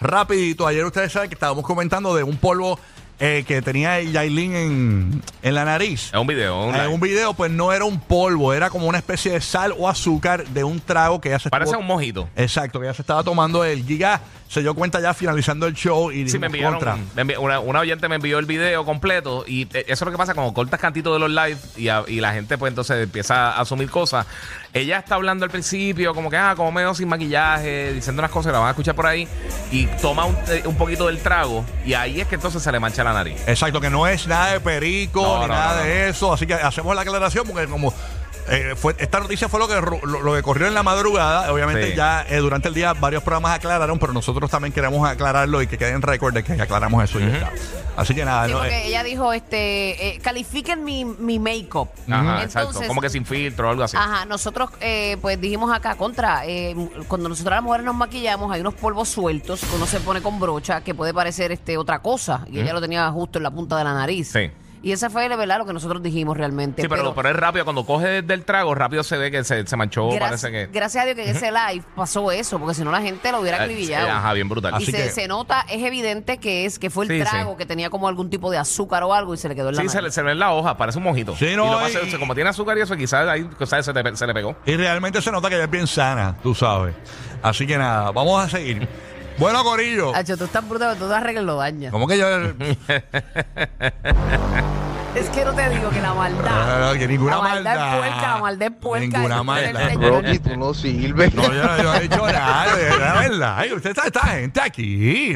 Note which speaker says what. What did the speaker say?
Speaker 1: Rapidito, ayer ustedes saben que estábamos comentando de un polvo eh, que tenía Yailin en, en la nariz.
Speaker 2: Es un video.
Speaker 1: En
Speaker 2: online.
Speaker 1: un video, pues no era un polvo, era como una especie de sal o azúcar de un trago que ya se
Speaker 2: Parece
Speaker 1: estuvo-
Speaker 2: un mojito.
Speaker 1: Exacto, que ya se estaba tomando el giga. Se dio cuenta ya finalizando el show y
Speaker 2: Sí,
Speaker 1: dijimos,
Speaker 2: me enviaron.
Speaker 1: "Contra".
Speaker 2: me envi- una, una oyente me envió el video completo y eh, eso es lo que pasa cuando cortas cantito de los live y, a- y la gente pues entonces empieza a asumir cosas. Ella está hablando al principio como que, ah, como medio sin maquillaje, diciendo unas cosas, la van a escuchar por ahí y toma un, eh, un poquito del trago y ahí es que entonces se le mancha la nariz.
Speaker 1: Exacto, que no es nada de perico
Speaker 2: No,
Speaker 1: ni
Speaker 2: no,
Speaker 1: nada
Speaker 2: no, no.
Speaker 1: de eso. Así que hacemos la aclaración porque como eh, fue, esta noticia fue lo que ru- lo, lo que corrió en la madrugada. Obviamente
Speaker 2: Sí.
Speaker 1: ya eh, durante el día varios programas aclararon, pero nosotros también queremos aclararlo y que queden récord de que aclaramos eso. y ya está. Así que
Speaker 2: Ah,
Speaker 1: nada,
Speaker 3: Sí,
Speaker 1: no, eh,
Speaker 3: porque ella dijo, este, eh, califiquen mi, mi make-up.
Speaker 2: Ajá,
Speaker 3: Entonces-
Speaker 2: exacto. Como que sin filtro o algo así.
Speaker 3: Ajá, nosotros eh, pues dijimos acá contra, eh, cuando nosotras las mujeres nos maquillamos hay unos polvos sueltos que uno se pone con brocha que puede parecer este otra cosa y ella lo tenía justo en la punta de la nariz.
Speaker 2: Sí.
Speaker 3: Y esa fue la verdad lo que nosotros dijimos realmente.
Speaker 2: Sí, pero, pero, es rápido. Cuando coge del trago, rápido se ve que se, se manchó.
Speaker 3: gra-
Speaker 2: parece que.
Speaker 3: gracias a Dios que en ese live pasó eso, porque si no la gente lo hubiera
Speaker 2: Eh,
Speaker 3: acribillado.
Speaker 2: eh, ajá, bien brutal.
Speaker 3: Y
Speaker 1: Así
Speaker 3: se,
Speaker 1: que-
Speaker 3: se nota, es evidente que es que fue el
Speaker 2: Sí, sí.
Speaker 3: trago que tenía como algún tipo de azúcar o algo y se le quedó en la
Speaker 2: Sí, se
Speaker 3: nariz.
Speaker 2: le, se le ve en la hoja, parece un mojito.
Speaker 1: Sí, no,
Speaker 2: y lo más
Speaker 1: y-
Speaker 2: seguro es que como tiene azúcar y eso, quizás ahí quizás se, te pe- se le pegó.
Speaker 1: y realmente se nota que ella es bien sana, tú sabes. Así que nada, vamos a seguir. Bueno, Corillo.
Speaker 3: Hacho, Ah, tú estás brutal, tú te arreglas lo dañas.
Speaker 1: ¿Cómo que yo?
Speaker 3: Es que no te digo que la maldad.
Speaker 1: que ninguna
Speaker 3: La maldad es
Speaker 1: maldad.
Speaker 3: puerca, la maldad es puerca.
Speaker 1: Ninguna
Speaker 3: Entonces,
Speaker 1: maldad.
Speaker 3: el señor-
Speaker 4: Rocky, tú no sirves.
Speaker 1: No, yo no yo no he dicho nada, de verdad, de verdad. Ay, Usted está, esta gente aquí.